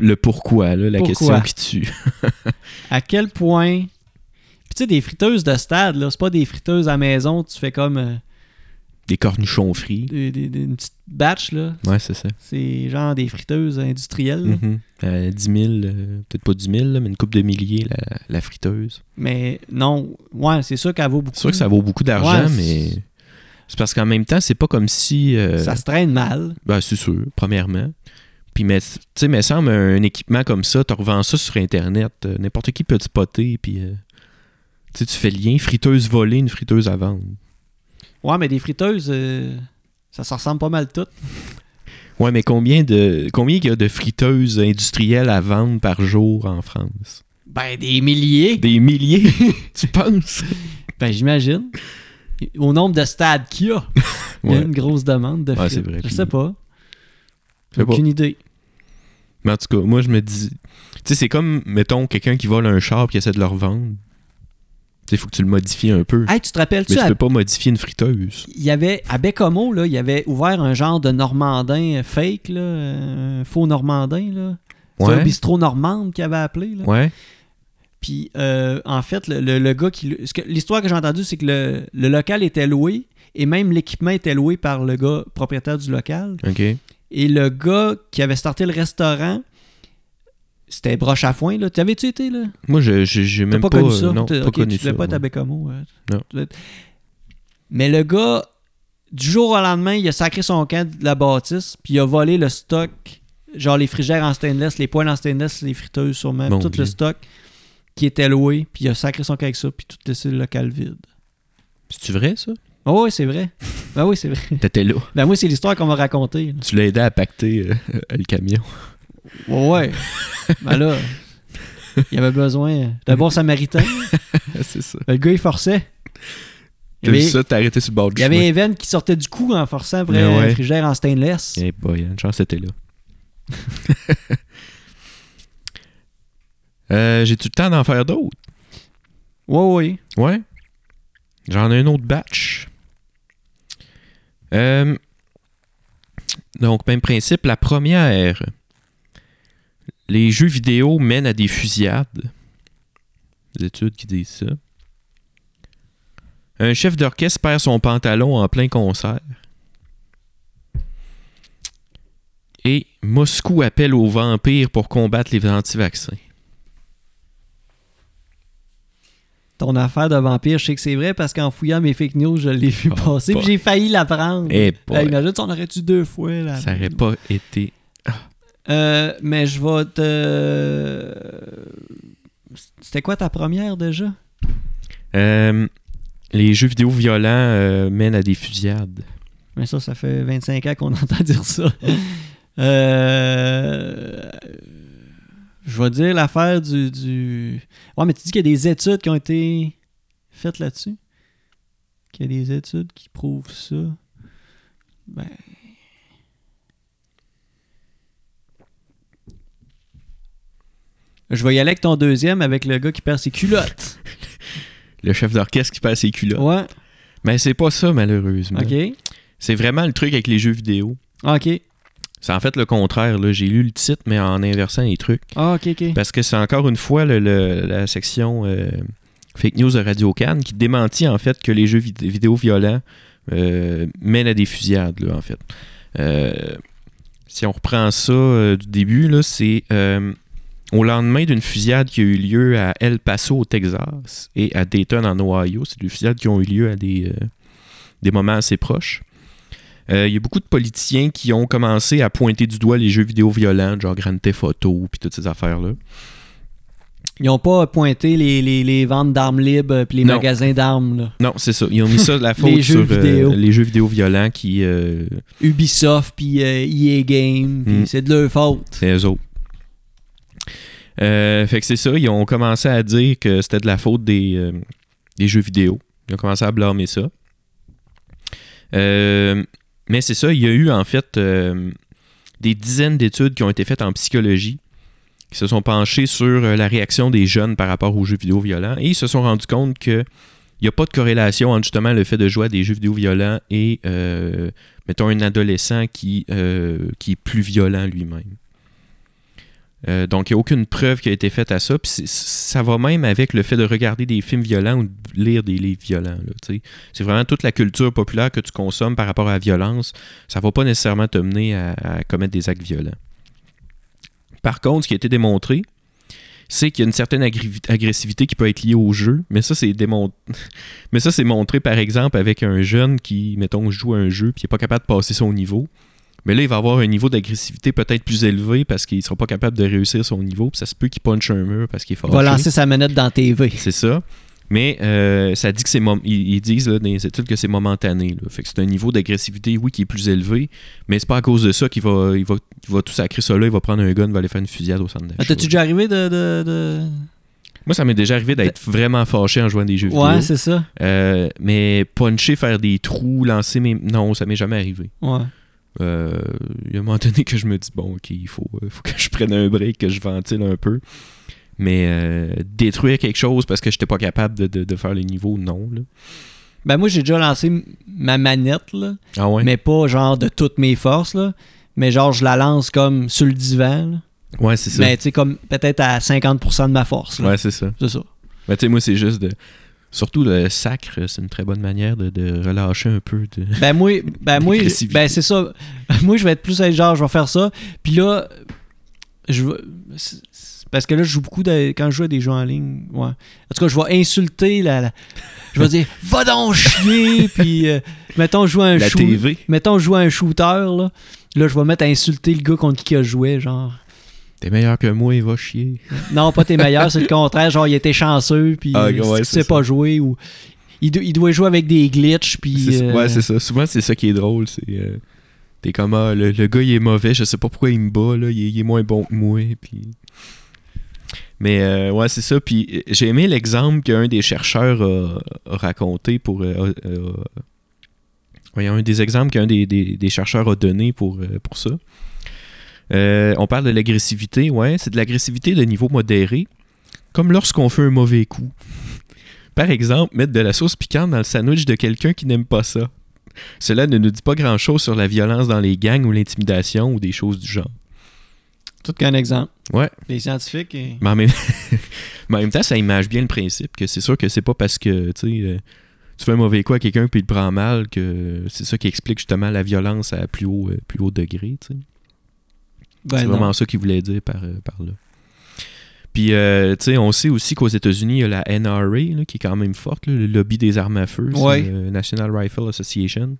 Le pourquoi, là, la Pourquoi? question qui tue. À quel point Puis tu sais des friteuses de stade là, c'est pas des friteuses à maison, tu fais comme euh, Des cornichons frits. des- des- des- une petite batch là, Ouais, c'est ça. c'est genre des friteuses industrielles. là. Mhm. Euh, 10 000, euh, peut-être pas 10 000, là, mais une coupe de milliers, la, la friteuse. Mais non, ouais, c'est sûr qu'elle vaut beaucoup. C'est sûr que ça vaut beaucoup d'argent, Mm. Ouais, mais c'est- c'est parce qu'en même temps, c'est pas comme si. euh, Ça se traîne mal. ben, c'est sûr, premièrement. Puis, mais, tu sais, mais semble un équipement comme ça, tu revends ça sur Internet, euh, n'importe qui peut te spotter, puis. euh, tu sais, tu fais le lien, friteuse volée, une friteuse à vendre. Ouais, mais des friteuses euh, ça se ressemble pas mal toutes. Ouais, mais combien de combien il y a de friteuses industrielles à vendre par jour en France? Ben, des milliers. Des milliers, tu penses? Ben, j'imagine. Au nombre de stades qu'il y a, il y a Ouais, une grosse demande de Ouais, frites. c'est vrai. Je Puis- sais pas. je sais pas. Aucune idée. Mais en tout cas, moi, je me dis. Tu sais, c'est comme, mettons, quelqu'un qui vole un char et qui essaie de le revendre. Il faut que tu le modifies un peu. Hey, Ah, tu te mais rappelles-tu, tu à- peux pas modifier une friteuse. il y avait, à Bécomo, là, il y avait ouvert un genre de Normandin fake, là, un faux Normandin. Là. C'est un Ouais. bistrot normande qu'il avait appelé. Là. Ouais. Puis, euh, en fait, le, le- le gars qui. ce que- L'histoire que j'ai entendue, c'est que le, le local était loué et même l'équipement était loué par le gars propriétaire du local. OK. Et le gars qui avait starté le restaurant, c'était broche à foin. là. T'avais-tu été, là? Moi, je je- j'ai T'as même pas, pas. connu euh, ça? Non, T'as- pas ok, connu tu devais ça. pas être à ouais. Bécamo. ouais. Non. Tu devais être- Mais le gars, du jour au lendemain, il a sacré son camp de la bâtisse, puis il a volé le stock, genre les frigères en stainless, les poêles en stainless, les friteuses sûrement, Mon tout Dieu. le stock qui était loué, puis il a sacré son camp avec ça, puis tout laissé le local vide. C'est-tu vrai, ça? Oh, oui, c'est vrai. Ben oui, c'est vrai. T'étais là. Ben moi, c'est l'histoire qu'on m'a racontée. là. Tu l'as aidé à pacter euh, le camion. Ouais, ouais. ben là, il avait besoin d'un bon samaritain. c'est ça. Le gars, il forçait. Il T'as vu avait- ça, t'as arrêté sur le bord Il du y chemin. avait une veine qui sortait du cou en forçant après Ah ouais. un frigère en stainless. Eh boy, il y a une chance c'était là. Euh, J'ai-tu le temps d'en faire d'autres? Ouais, ouais. Ouais. J'en ai un autre batch. Euh, donc, même principe. La première, les jeux vidéo mènent à des fusillades. Des études qui disent ça. Un chef d'orchestre perd son pantalon en plein concert. Et Moscou appelle aux vampires pour combattre les anti-vaccins. Ton affaire de vampire, je sais que c'est vrai parce qu'en fouillant mes fake news, je l'ai vu Oh passer. boy. puis j'ai failli la prendre. Eh Là, boy. imagine si on aurait dû deux fois. Là. Ça n'aurait pas été Euh, mais je vais te. C'était quoi ta première déjà Euh, les jeux vidéo violents euh, mènent à des fusillades. Mais ça, ça fait 25 ans qu'on entend dire ça. Euh, Je vais dire l'affaire du, du. Ouais, mais tu dis qu'il y a des études qui ont été faites là-dessus. Qu'il y a des études qui prouvent ça. Ben. Je vais y aller avec ton deuxième, avec le gars qui perd ses culottes. Le chef d'orchestre qui passe ses culottes. Ouais, Mais c'est pas ça, malheureusement. ok. Ah, C'est vraiment le truc avec les jeux vidéo. Ok. C'est en fait le contraire. là. J'ai lu le titre, mais en inversant les trucs. Ah, ok, ok. Parce que c'est encore une fois le- le- la section euh, fake news de Radio Cannes qui démentit en fait que les jeux vid- vidéo violents euh, mènent à des fusillades, là, en fait. Euh, si on reprend ça euh, du début, là, c'est euh, au lendemain d'une fusillade qui a eu lieu à El Paso au Texas et à Dayton en Ohio. C'est des fusillades qui ont eu lieu à des, euh, des moments assez proches. Euh, Il y a beaucoup de politiciens qui ont commencé à pointer du doigt les jeux vidéo violents, genre Grand Theft Auto, puis toutes ces affaires-là. Ils n'ont pas pointé les, les, les ventes d'armes libres puis les Non. magasins d'armes. là. Non, c'est ça. Ils ont mis ça de la faute Les jeux sur euh, vidéo. les jeux vidéo violents qui. euh, Ubisoft puis euh, EA Games, puis Mm. Hmm. c'est de leur faute. c'est eux autres. Euh, fait que c'est ça. Ils ont commencé à dire que c'était de la faute des, euh, des jeux vidéo. Ils ont commencé à blâmer ça. Euh, mais c'est ça. Il y a eu, en fait, euh, des dizaines d'études qui ont été faites en psychologie qui se sont penchées sur euh, la réaction des jeunes par rapport aux jeux vidéo violents et ils se sont rendus compte que il n'y a pas de corrélation entre justement le fait de jouer à des jeux vidéo violents et, euh, mettons, un adolescent qui, euh, qui est plus violent lui-même. Euh, donc, il n'y a aucune preuve qui a été faite à ça. Puis c'est- ça va même avec le fait de regarder des films violents ou de lire des livres violents. là, tu sais. c'est vraiment toute la culture populaire que tu consommes par rapport à la violence. Ça ne va pas nécessairement te mener à, à commettre des actes violents. Par contre, ce qui a été démontré, c'est qu'il y a une certaine agri- agressivité qui peut être liée au jeu, mais ça, c'est démon- mais ça, c'est montré par exemple avec un jeune qui, mettons, joue à un jeu puis il n'est pas capable de passer son niveau. Mais là, il va avoir un niveau d'agressivité peut-être plus élevé parce qu'il ne sera pas capable de réussir son niveau. Puis ça se peut qu'il punche un mur parce qu'il est Il fort. va lancer sa manette dans TV. C'est ça. Mais euh, ça dit que c'est mom- ils, ils disent là, dans les études que c'est momentané. là. Fait que c'est un niveau d'agressivité, oui, qui est plus élevé, mais c'est pas à cause de ça qu'il va, il va, il va tout sacrer ça là, il va prendre un gun, il va aller faire une fusillade au centre d'achat. Ah, T'as-tu déjà arrivé de. de- de- Moi, ça m'est déjà arrivé d'être vraiment fâché en jouant à des jeux Ouais, vidéo. c'est ça. Euh, mais puncher, faire des trous, lancer mes. Non, ça m'est jamais arrivé. Ouais. Euh, il y a un moment donné que je me dis, bon, ok, il faut, euh, faut que je prenne un break, que je ventile un peu. Mais euh, détruire quelque chose parce que j'étais pas capable de, de- de faire les niveaux, non. là. Ben moi, j'ai déjà lancé m- ma manette, là, Ah ouais? mais pas genre de toutes mes forces, là, mais genre je la lance comme sur le divan, là. ouais, c'est ça. mais tu sais, comme peut-être à 50% de ma force, là. Ouais, c'est ça. c'est ça. Mais tu sais, moi, c'est juste de. Surtout le sacre, c'est une très bonne manière de, de relâcher un peu. De... Ben moi, ben moi, je- Dépressivité. ben c'est ça. moi, je vais être plus à genre, je vais faire ça, puis là, je vais- c'est- c'est- Parce que là, je joue beaucoup de- quand je joue à des jeux en ligne. Ouais. En tout cas, je vais insulter. La, la- Je vais dire, va donc chier. Puis, euh, mettons, je joue à un La shoot- TV. Mettons, je joue à un shooter, là. Là, je vais mettre à insulter le gars contre qui je jouais, genre. T'es meilleur que moi, il va chier. Non, pas t'es meilleur, c'est le contraire. Genre, il était chanceux, puis Ah, euh, ouais, il c'est sait ça. pas jouer, ou il, do- il doit jouer avec des glitches, puis... C'est- euh, Ouais, c'est ça. Souvent, c'est ça qui est drôle. C'est. euh, T'es comme, ah, le, le gars, il est mauvais, je sais pas pourquoi il me bat, là, il, est- il est moins bon que moi. Puis... Mais euh, ouais, c'est ça. Puis euh, j'ai aimé l'exemple qu'un des chercheurs a, a raconté pour. euh, a- a- voyons, un des exemples qu'un des, des- des chercheurs a donné pour, euh, pour ça. Euh, on parle de l'agressivité, ouais, c'est de l'agressivité de niveau modéré, comme lorsqu'on fait un mauvais coup. Par exemple, mettre de la sauce piquante dans le sandwich de quelqu'un qui n'aime pas ça. Cela ne nous dit pas grand-chose sur la violence dans les gangs ou l'intimidation ou des choses du genre. Tout qu'un exemple. Ouais. Les scientifiques, et... Mais en même, mais en même temps, ça image bien le principe que c'est sûr que c'est pas parce que tu sais, euh, tu fais un mauvais coup à quelqu'un puis il te prend mal que c'est ça qui explique justement la violence à plus haut, euh, plus haut degré. tu sais. ben c'est non. vraiment ça qu'il voulait dire par, euh, par là. Puis, euh, tu sais, on sait aussi qu'aux États-Unis, il y a la NRA, là, qui est quand même forte, là, le lobby des armes à feu, c'est Ouais. le National Rifle Association,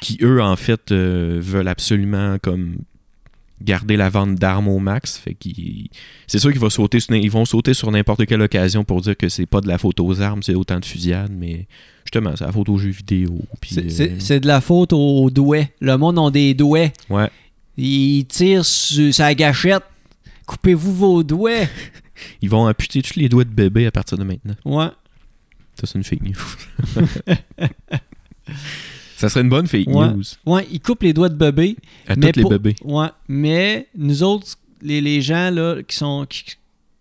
qui, eux, en fait, euh, veulent absolument, comme, garder la vente d'armes au max. Fait qu'ils- C'est sûr qu'ils vont sauter, sur- ils vont sauter sur n'importe quelle occasion pour dire que c'est pas de la faute aux armes, c'est autant de fusillades, mais justement, c'est la faute aux jeux vidéo. puis, C'est- euh, C'est c'est de la faute aux douets. Le monde a des douets. Ouais. Ils tirent sur sa gâchette. Coupez-vous vos douets. Ils vont amputer tous les doigts de bébé à partir de maintenant. Ouais. Ça, c'est une fake news. ça serait une bonne fake Ouais. news. Ouais, ils coupent les doigts de bébé. À Mais toutes les pour- bébés. Ouais, mais nous autres, les, les gens là, qui sont qui-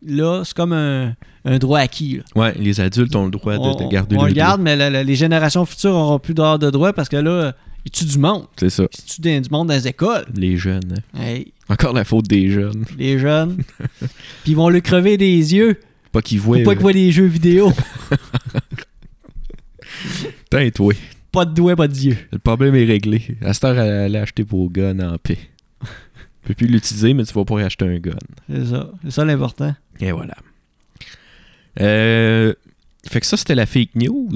là, c'est comme un, un droit acquis. là. Ouais, les adultes ont le droit de, de on garder on le le garde, mais la- la- les générations futures auront plus d'heures de droit parce que là, ils tuent du monde. C'est ça. Ils tuent des- du monde dans les écoles. Les jeunes. hein. Hey, Encore la faute des jeunes. les jeunes. Puis ils vont le crever des yeux. Pas qu'ils voient. Faut pas qu'ils voient les jeux vidéo. Putain, toi. pas de doigts, pas d'yeux. Le problème est réglé. À cette heure, elle- elle a acheté vos guns en paix. Tu peux plus l'utiliser, mais tu vas pouvoir acheter un gun. C'est ça. C'est ça l'important. Et voilà. Euh, fait que ça, c'était la fake news.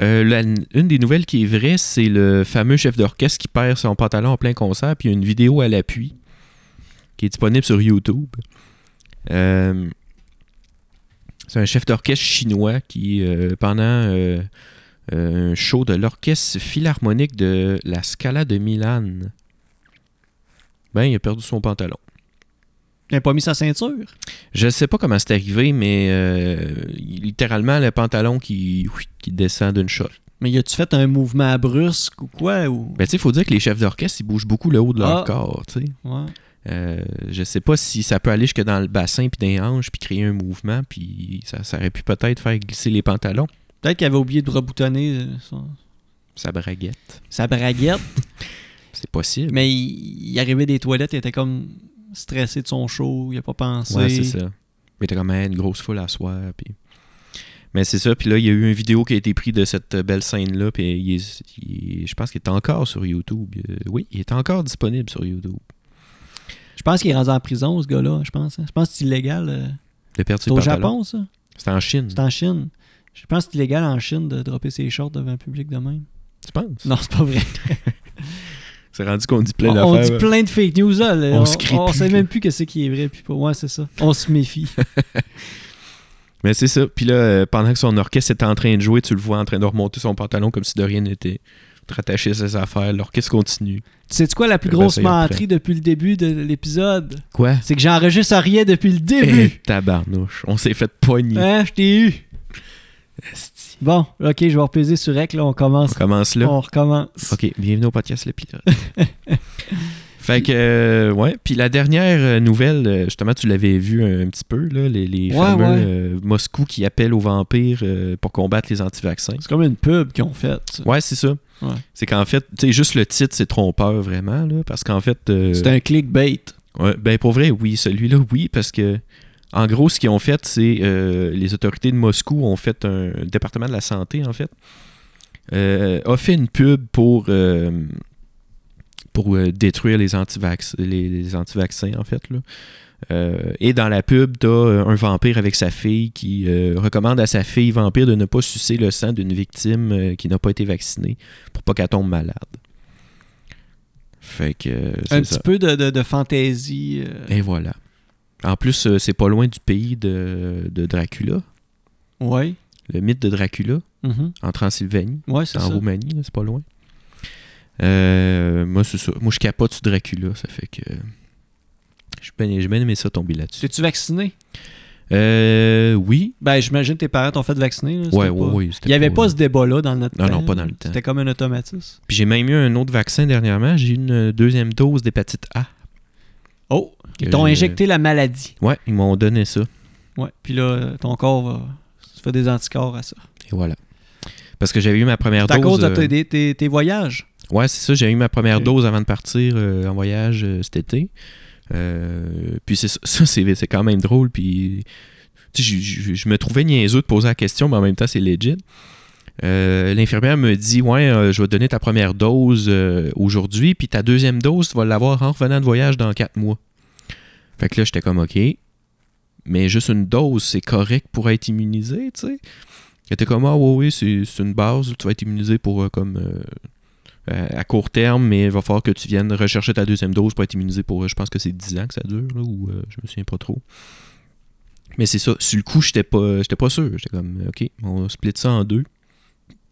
Euh, la- une des nouvelles qui est vraie, c'est le fameux chef d'orchestre qui perd son pantalon en plein concert, puis il y a une vidéo à l'appui qui est disponible sur YouTube. Euh, c'est un chef d'orchestre chinois qui, euh, pendant euh, euh, un show de l'orchestre philharmonique de la Scala de Milan, ben, il a perdu son pantalon. Il n'a pas mis sa ceinture. Je sais pas comment c'est arrivé, mais euh, littéralement, le pantalon qui, oui, qui descend d'une shot. Mais y a-tu fait un mouvement brusque ou quoi? Ou... Ben, tu sais, il faut dire que les chefs d'orchestre, ils bougent beaucoup le haut de leur Ah. corps, tu sais. Ouais. Euh, je sais pas si ça peut aller jusque dans le bassin, puis dans les hanches, puis créer un mouvement, puis ça, ça aurait pu peut-être faire glisser les pantalons. Peut-être qu'il avait oublié de reboutonner euh, son- Ça braguette. sa braguette, C'est possible. mais il, il arrivait des toilettes, il était comme stressé de son show, il a pas pensé. Ouais, c'est ça. Mais t'as quand même une grosse foule à soir, puis... Mais c'est ça, puis là, il y a eu une vidéo qui a été prise de cette belle scène-là, puis il est- il est- je pense qu'il est encore sur YouTube. Euh, oui, il est encore disponible sur YouTube. Je pense qu'il est rendu en prison, ce gars-là, je pense. hein. Je pense que c'est illégal. euh. De perdre C'est Mm. ses au pantalons. Japon, ça? C'était en Chine, C'est en Chine. Je pense que c'est illégal en Chine de dropper ses shorts devant le public de même. tu penses? Non, c'est pas vrai. C'est rendu qu'on dit plein On, d'affaires. on dit plein de fake news, là. là. On On, se crie on plus, sait là. même plus que c'est qui est vrai. Puis pas. Ouais, c'est ça. On se méfie. Mais c'est ça. Puis là, euh, pendant que son orchestre était en train de jouer, tu le vois en train de remonter son pantalon comme si de rien n'était. Te rattacher à ses affaires. L'orchestre continue. C'est quoi la plus Ben, grosse ça y est, après. menterie depuis le début de l'épisode? Quoi? C'est que j'enregistre rien depuis le Eh, début. tabarnouche. On s'est fait pogner. hein, je t'ai eu. Eh, Esti. Bon, ok, je vais repaiser sur rec, là, on On commence. commence là. On recommence. OK, bienvenue au podcast Le Pilote. Fait que, euh, ouais. Puis la dernière nouvelle, euh, justement, tu l'avais vu un, un petit peu, là, les, les Ouais, fameux ouais. euh, Moscou qui appellent aux vampires euh, pour combattre les anti-vaccins. C'est comme une pub qu'ils ont faite. ça. Ouais, c'est ça. Ouais. C'est qu'en fait, tu sais, juste le titre, c'est trompeur vraiment, là, parce qu'en fait. euh, C'est un clickbait. Ouais, ben pour vrai, oui, celui-là, oui, parce que en gros, ce qu'ils ont fait, c'est euh, les autorités de Moscou ont fait un le département de la santé, en fait, euh, a fait une pub pour euh, pour euh, détruire les antivax les, les anti-vaccins, en fait. Là. Euh, et dans la pub, t'as euh, un vampire avec sa fille qui euh, recommande à sa fille vampire de ne pas sucer le sang d'une victime euh, qui n'a pas été vaccinée pour pas qu'elle tombe malade. Fait que euh, Un c'est petit ça. peu de, de, de fantaisie. euh, Et voilà. En plus, euh, c'est pas loin du pays de, de Dracula, Eh. Ouais. le mythe de Dracula, Mhm. en Transylvanie, Ouais, c'est en ça. Roumanie, là, c'est pas loin. Euh, moi, c'est ça. Moi, je capote sur Dracula, ça fait que. J'ai bien j'ai bien aimé ça tomber là-dessus. T'es-tu vacciné? Euh, oui. Ben, j'imagine que tes parents t'ont fait vacciner. là, c'était Ouais, ouais, pas- oui. Il n'y avait pas ce débat-là dans notre Non, temps. non, pas dans le temps. C'était comme un automatisme. Puis j'ai même eu un autre vaccin dernièrement. J'ai eu une deuxième dose d'hépatite A. Oh, ils Que t'ont j'ai- injecté la maladie. Ouais, ils m'ont donné ça. Ouais. Puis là, euh, ton corps va se fait des anticorps à ça. Et voilà. Parce que j'avais eu ma première C'est à cause dose. de euh, tes, des- tes- tes voyages. Ouais, c'est ça. J'ai eu ma première Ok. dose avant de partir euh, en voyage euh, cet été. Euh, puis c'est ça, ça, c'est c'est quand même drôle. Puis tu sais, je- je je me trouvais niaiseux de poser la question, mais en même temps, c'est legit. Euh, L'infirmière me dit Ouais, euh, je vais te donner ta première dose euh, aujourd'hui, puis ta deuxième dose, tu vas l'avoir en revenant de voyage dans quatre mois. Fait que là, j'étais comme OK. Mais juste une dose, c'est correct pour être immunisé, tu sais. Elle était comme Ah, oui, oui, c'est c'est une base, tu vas être immunisé pour euh, comme. euh, euh, à court terme, mais il va falloir que tu viennes rechercher ta deuxième dose pour être immunisé pour, euh, je pense que c'est 10 ans que ça dure, là, ou euh, je me souviens pas trop. Mais c'est ça, sur le coup, j'étais pas, j'étais pas sûr. J'étais comme, euh, OK, on split ça en deux.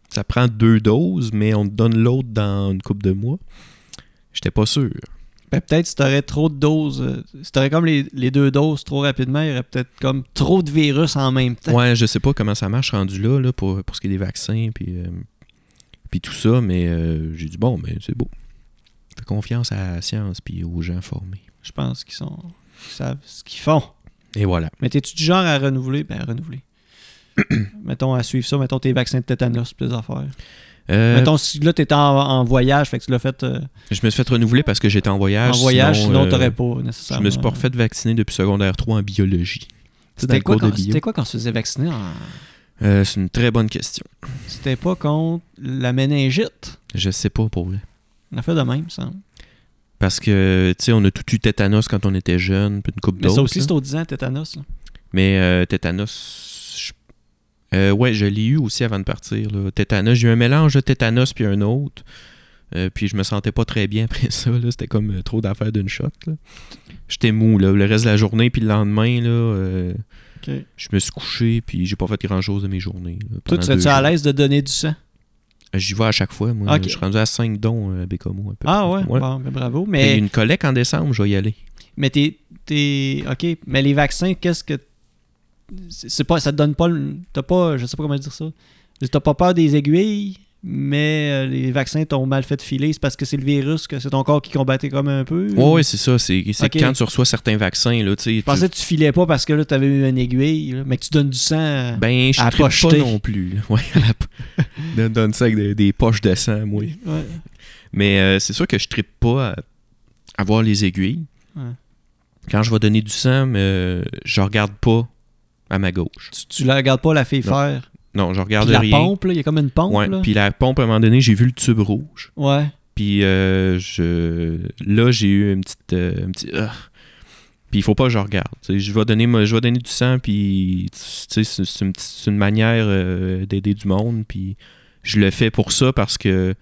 Ça prend deux doses, mais on te donne l'autre dans une couple de mois. J'étais pas sûr. Ben, peut-être si t'aurais trop de doses, euh, si t'aurais comme les, les deux doses trop rapidement, il y aurait peut-être comme trop de virus en même temps. Ouais, je sais pas comment ça marche rendu là, là, pour, pour ce qui est des vaccins, puis, euh, puis tout ça, mais euh, j'ai dit, bon, mais c'est beau. Fais confiance à la science, puis aux gens formés. Je pense qu'ils sont, ils savent ce qu'ils font. Et voilà. Mais t'es-tu du genre à renouveler? Ben, à renouveler. mettons, à suivre ça, mettons tes vaccins de tétanos, plus affaires. Euh, Mettons, si là, t'étais en, en voyage, fait que tu l'as fait euh, Je me suis fait renouveler parce que j'étais en voyage. en voyage, sinon, euh, t'aurais pas Je nécessairement. me suis pas refait vacciner depuis secondaire 3 en biologie. dans C'était le quoi, cours de quand- bio. c'était quoi quand on se faisait vacciner? en- Euh, c'est une très bonne question. C'était pas contre la méningite? Je sais pas pour vrai. On a fait de même, ça. Parce que, tu sais, on a tout eu tétanos quand on était jeune, puis une coupe Mais d'autres. hein. ça aussi, là. c'est au 10 ans, tétanos. là. Mais euh, tétanos. je- euh, ouais, je l'ai eu aussi avant de partir. là. Tétanos, j'ai eu un mélange de tétanos puis un autre. Euh, puis je me sentais pas très bien après ça. là. C'était comme euh, trop d'affaires d'une shot. là. J'étais mou là. le reste de la journée, puis le lendemain. Là, euh, je me suis couché, puis j'ai pas fait grand chose de mes journées. là, Toi, pendant tu serais-tu deux à jours. l'aise de donner du sang? J'y vais à chaque fois. Moi, Ok. Je suis rendu à 5 dons euh, à Bécamo. À peu Ah près. ouais? Ouais. Bon, ben, bravo. J'ai Mais, une collecte en décembre, je vais y aller. mais t'es, t'es- OK. Mais les vaccins, qu'est-ce que... C'est c'est pas... Ça te donne pas... le- T'as pas... Je sais pas comment dire ça. T'as pas peur des aiguilles, mais euh, les vaccins t'ont mal fait filer. C'est parce que c'est le virus, que c'est ton corps qui combattait comme un peu? Ouais, ouais, c'est ça. C'est c'est Hmm. Ok. quand tu reçois certains vaccins. Là, tu sais, Je pensais que tu filais pas parce que là, t'avais eu une aiguille, là, mais que tu donnes du sang... euh, tu- Ben, je à trippe pas pocheter. non plus. là. Ouais, à la po- Donne- Donne ça avec des, des poches de sang, moi. Ouais. Mais euh, c'est sûr que je trippe pas à avoir les aiguilles. Ouais. Quand je vais donner du sang, euh, je regarde pas à ma gauche. Tu, tu la regardes pas la fille Non. faire. Non, je Puis regarde la rien. pompe, là, il y a comme une pompe. Ouais, là. Puis la pompe, à un moment donné, j'ai vu le tube rouge. Ouais. Puis euh, je... là, j'ai eu une petite. euh, un petit. Ah. Puis il faut pas que je regarde. Tu sais, je, vais donner, ma- je vais donner du sang, puis tu sais, c'est c'est une, petite- c'est une manière euh, d'aider du monde. Puis je le fais pour ça parce que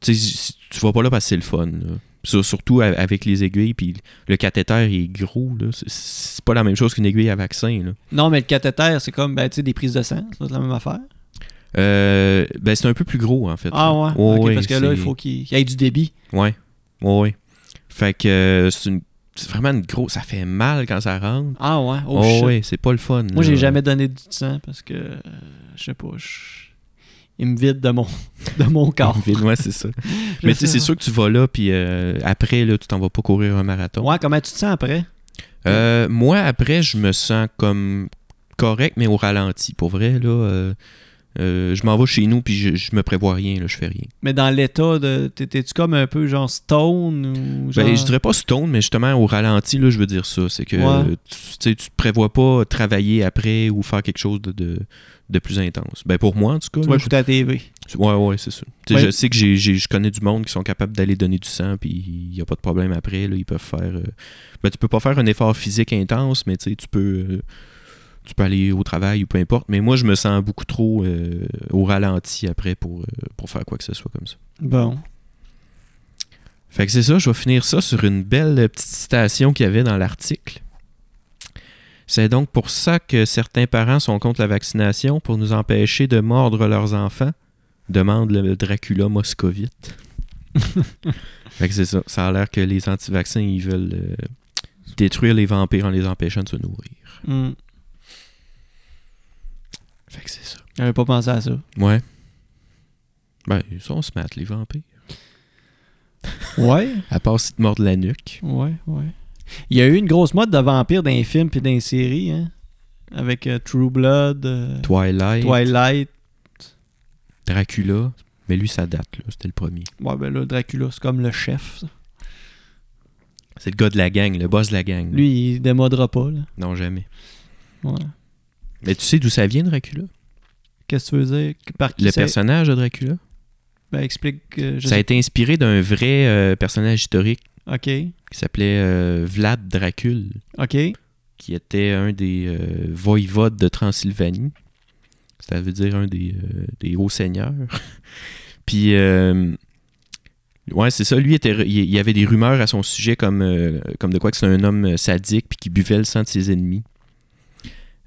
tu sais, si- tu vas pas là parce que c'est le fun. là. Sur- Surtout a- avec les aiguilles, puis le cathéter est gros. là. C'est- C'est pas la même chose qu'une aiguille à vaccin. là. Non, mais le cathéter, c'est comme ben, tu sais, des prises de sang. ça, C'est la même affaire. Euh, ben, c'est un peu plus gros, en fait. Ah ouais. Ouais, Ok, ouais, parce que là, c'est- il faut qu'il qu'il y ait du débit. Ouais. Ouais, ouais. Fait que euh, c'est une- c'est vraiment une grosse. Ça fait mal quand ça rentre. Ah ouais. Oh, Oh, shit. ouais, c'est pas le fun. Moi, là. j'ai jamais donné du sang parce que euh, je sais pas. je- il me vide de mon, de mon corps. Ouais, c'est ça. Mais tu sais, c'est sûr que tu vas là, puis euh, après, là, tu t'en vas pas courir un marathon. Ouais, comment tu te sens après? Euh, moi, après, je me sens comme correct, mais au ralenti. Pour vrai, là, euh, euh, je m'en vais chez nous, puis je, je me prévois rien, là, je fais rien. Mais dans l'état de. T'étais-tu comme un peu genre stone ou genre. Ben, je dirais pas stone, mais justement, au ralenti, là, je veux dire ça. C'est que Ouais. euh, tu tu sais, tu te prévois pas travailler après ou faire quelque chose de, de, de plus intense. Ben, pour moi, en tout cas. tu vas là, écouter à la TV. je- ouais, ouais, c'est ça. Tu sais, Ouais. Je sais que j'ai- j'ai- je connais du monde qui sont capables d'aller donner du sang, puis il n'y a pas de problème après. Là, ils peuvent faire. euh, Ben, tu peux pas faire un effort physique intense, mais tu sais, tu peux. euh, Tu peux aller au travail ou peu importe, mais moi je me sens beaucoup trop euh, au ralenti après pour, euh, pour faire quoi que ce soit comme ça. Bon. Fait que c'est ça, je vais finir ça sur une belle euh, petite citation qu'il y avait dans l'article. C'est donc pour ça que certains parents sont contre la vaccination pour nous empêcher de mordre leurs enfants, demande le Dracula moscovite. fait que c'est ça, ça a l'air que les anti-vaccins, ils veulent euh, détruire les vampires en les empêchant de se nourrir. Hmm. Fait que c'est ça. J'avais pas pensé à ça. Ouais. Ben, ils sont smart, les vampires. Ouais, À part s'ils te mordent la nuque. ouais, ouais. Il y a eu une grosse mode de vampires dans les films puis dans les séries, hein. Avec euh, True Blood, euh, Twilight, Twilight. Dracula. Mais lui, ça date, là. C'était le premier. Ouais, ben là, Dracula, c'est comme le chef. ça. C'est le gars de la gang, le boss de la gang. Lui, il démodera pas, là. Non, jamais. Ouais. Mais tu sais d'où ça vient, Dracula? Qu'est-ce que tu veux dire? Par qui Le c'est- personnage de Dracula? Ben, explique. euh, je Ça a sais- été inspiré d'un vrai euh, personnage historique Ok, qui s'appelait euh, Vlad Dracul, ok. qui était un des euh, voïvodes de Transylvanie. Ça veut dire un des, euh, des hauts seigneurs. Puis, euh, ouais, c'est ça. Lui, était, il il y avait des rumeurs à son sujet comme, euh, comme de quoi que c'est un homme euh, sadique puis qui buvait le sang de ses ennemis.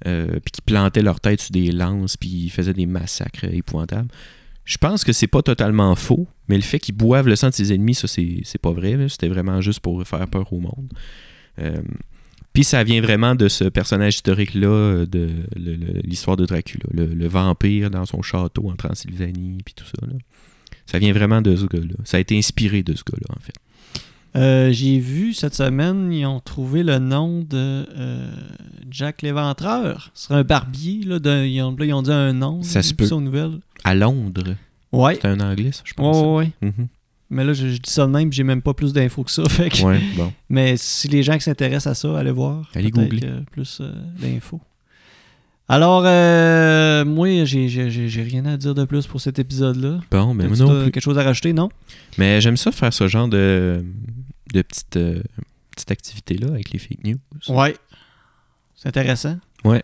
Euh, puis qui plantait leur tête sur des lances, puis il faisait des massacres euh, épouvantables. Je pense que c'est pas totalement faux, mais le fait qu'ils boivent le sang de ses ennemis, ça, c'est c'est pas vrai. là. C'était vraiment juste pour faire peur au monde. Euh, puis ça vient vraiment de ce personnage historique-là, euh, de le- le- l'histoire de Dracula, le, le vampire dans son château en Transylvanie, puis tout ça. là. Ça vient vraiment de ce gars-là. Ça a été inspiré de ce gars-là, en fait. Euh, J'ai vu cette semaine, ils ont trouvé le nom de euh, Jack Léventreur. Ce serait un barbier, là, d'un- ils, ont, là, ils ont dit un nom. Ça se j'ai vu peut. ça aux nouvelles. À Londres. Ouais. C'était un anglais, ça, je Ouais, pense. ouais, ouais. Mhm. Mais là, je, je dis ça de même, j'ai même pas plus d'infos que ça. fait que- Ouais, bon. Mais si les gens qui s'intéressent à ça, allez voir. Allez Peut-être googler. que plus euh, d'infos. Alors, euh, moi, j'ai- j'ai j'ai- j'ai rien à dire de plus pour cet épisode-là. Bon, mais moi T'as-tu non t'as plus. quelque chose à rajouter, non? Mais j'aime ça faire ce genre de, de petite, euh, petite activité-là avec les fake news. Ouais. C'est intéressant. Ouais.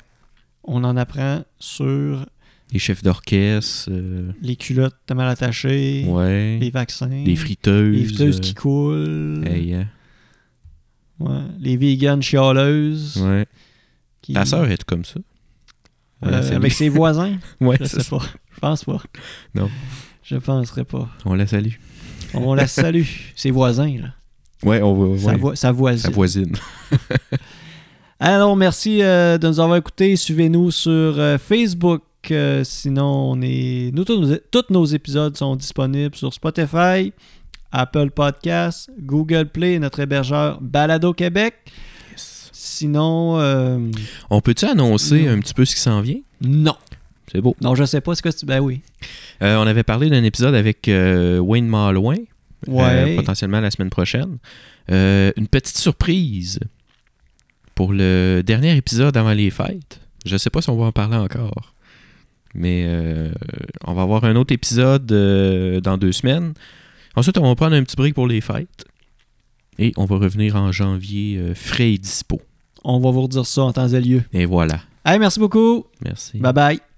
On en apprend sur Les chefs d'orchestre, euh, les culottes mal attachées, ouais, les vaccins, des friteuses. les friteuses qui euh, coulent, hey, hein, ouais, les véganes chialeuses. ouais. qui- Ta sœur est comme ça? Euh, On la salue. avec ses voisins? Ouais, Je c'est sais ça. pas. Je pense pas. Non. Je penserais pas. On la salue. On la salue, ses voisins, là. Ouais, on va. Sa, ouais. voi- sa voisine. Sa voisine. Alors, merci euh, de nous avoir écoutés. Suivez-nous sur euh, Facebook. Euh, sinon, on est. Nous, tous, nos- tous nos épisodes sont disponibles sur Spotify, Apple Podcasts, Google Play, notre hébergeur Balado Québec. Sinon, euh, On peut-tu annoncer Non. un petit peu ce qui s'en vient? non. C'est beau. Non, je sais pas ce que tu. Ben oui. Euh, on avait parlé d'un épisode avec euh, Wayne Malouin, euh, Ouais. potentiellement la semaine prochaine. Euh, une petite surprise pour le dernier épisode avant les fêtes. Je sais pas si on va en parler encore. Mais euh, on va avoir un autre épisode euh, dans deux semaines. Ensuite, on va prendre un petit break pour les fêtes. Et on va revenir en janvier euh, frais et dispo. On va vous redire ça en temps et lieu. Et voilà. Allez, merci beaucoup. Merci. Bye bye.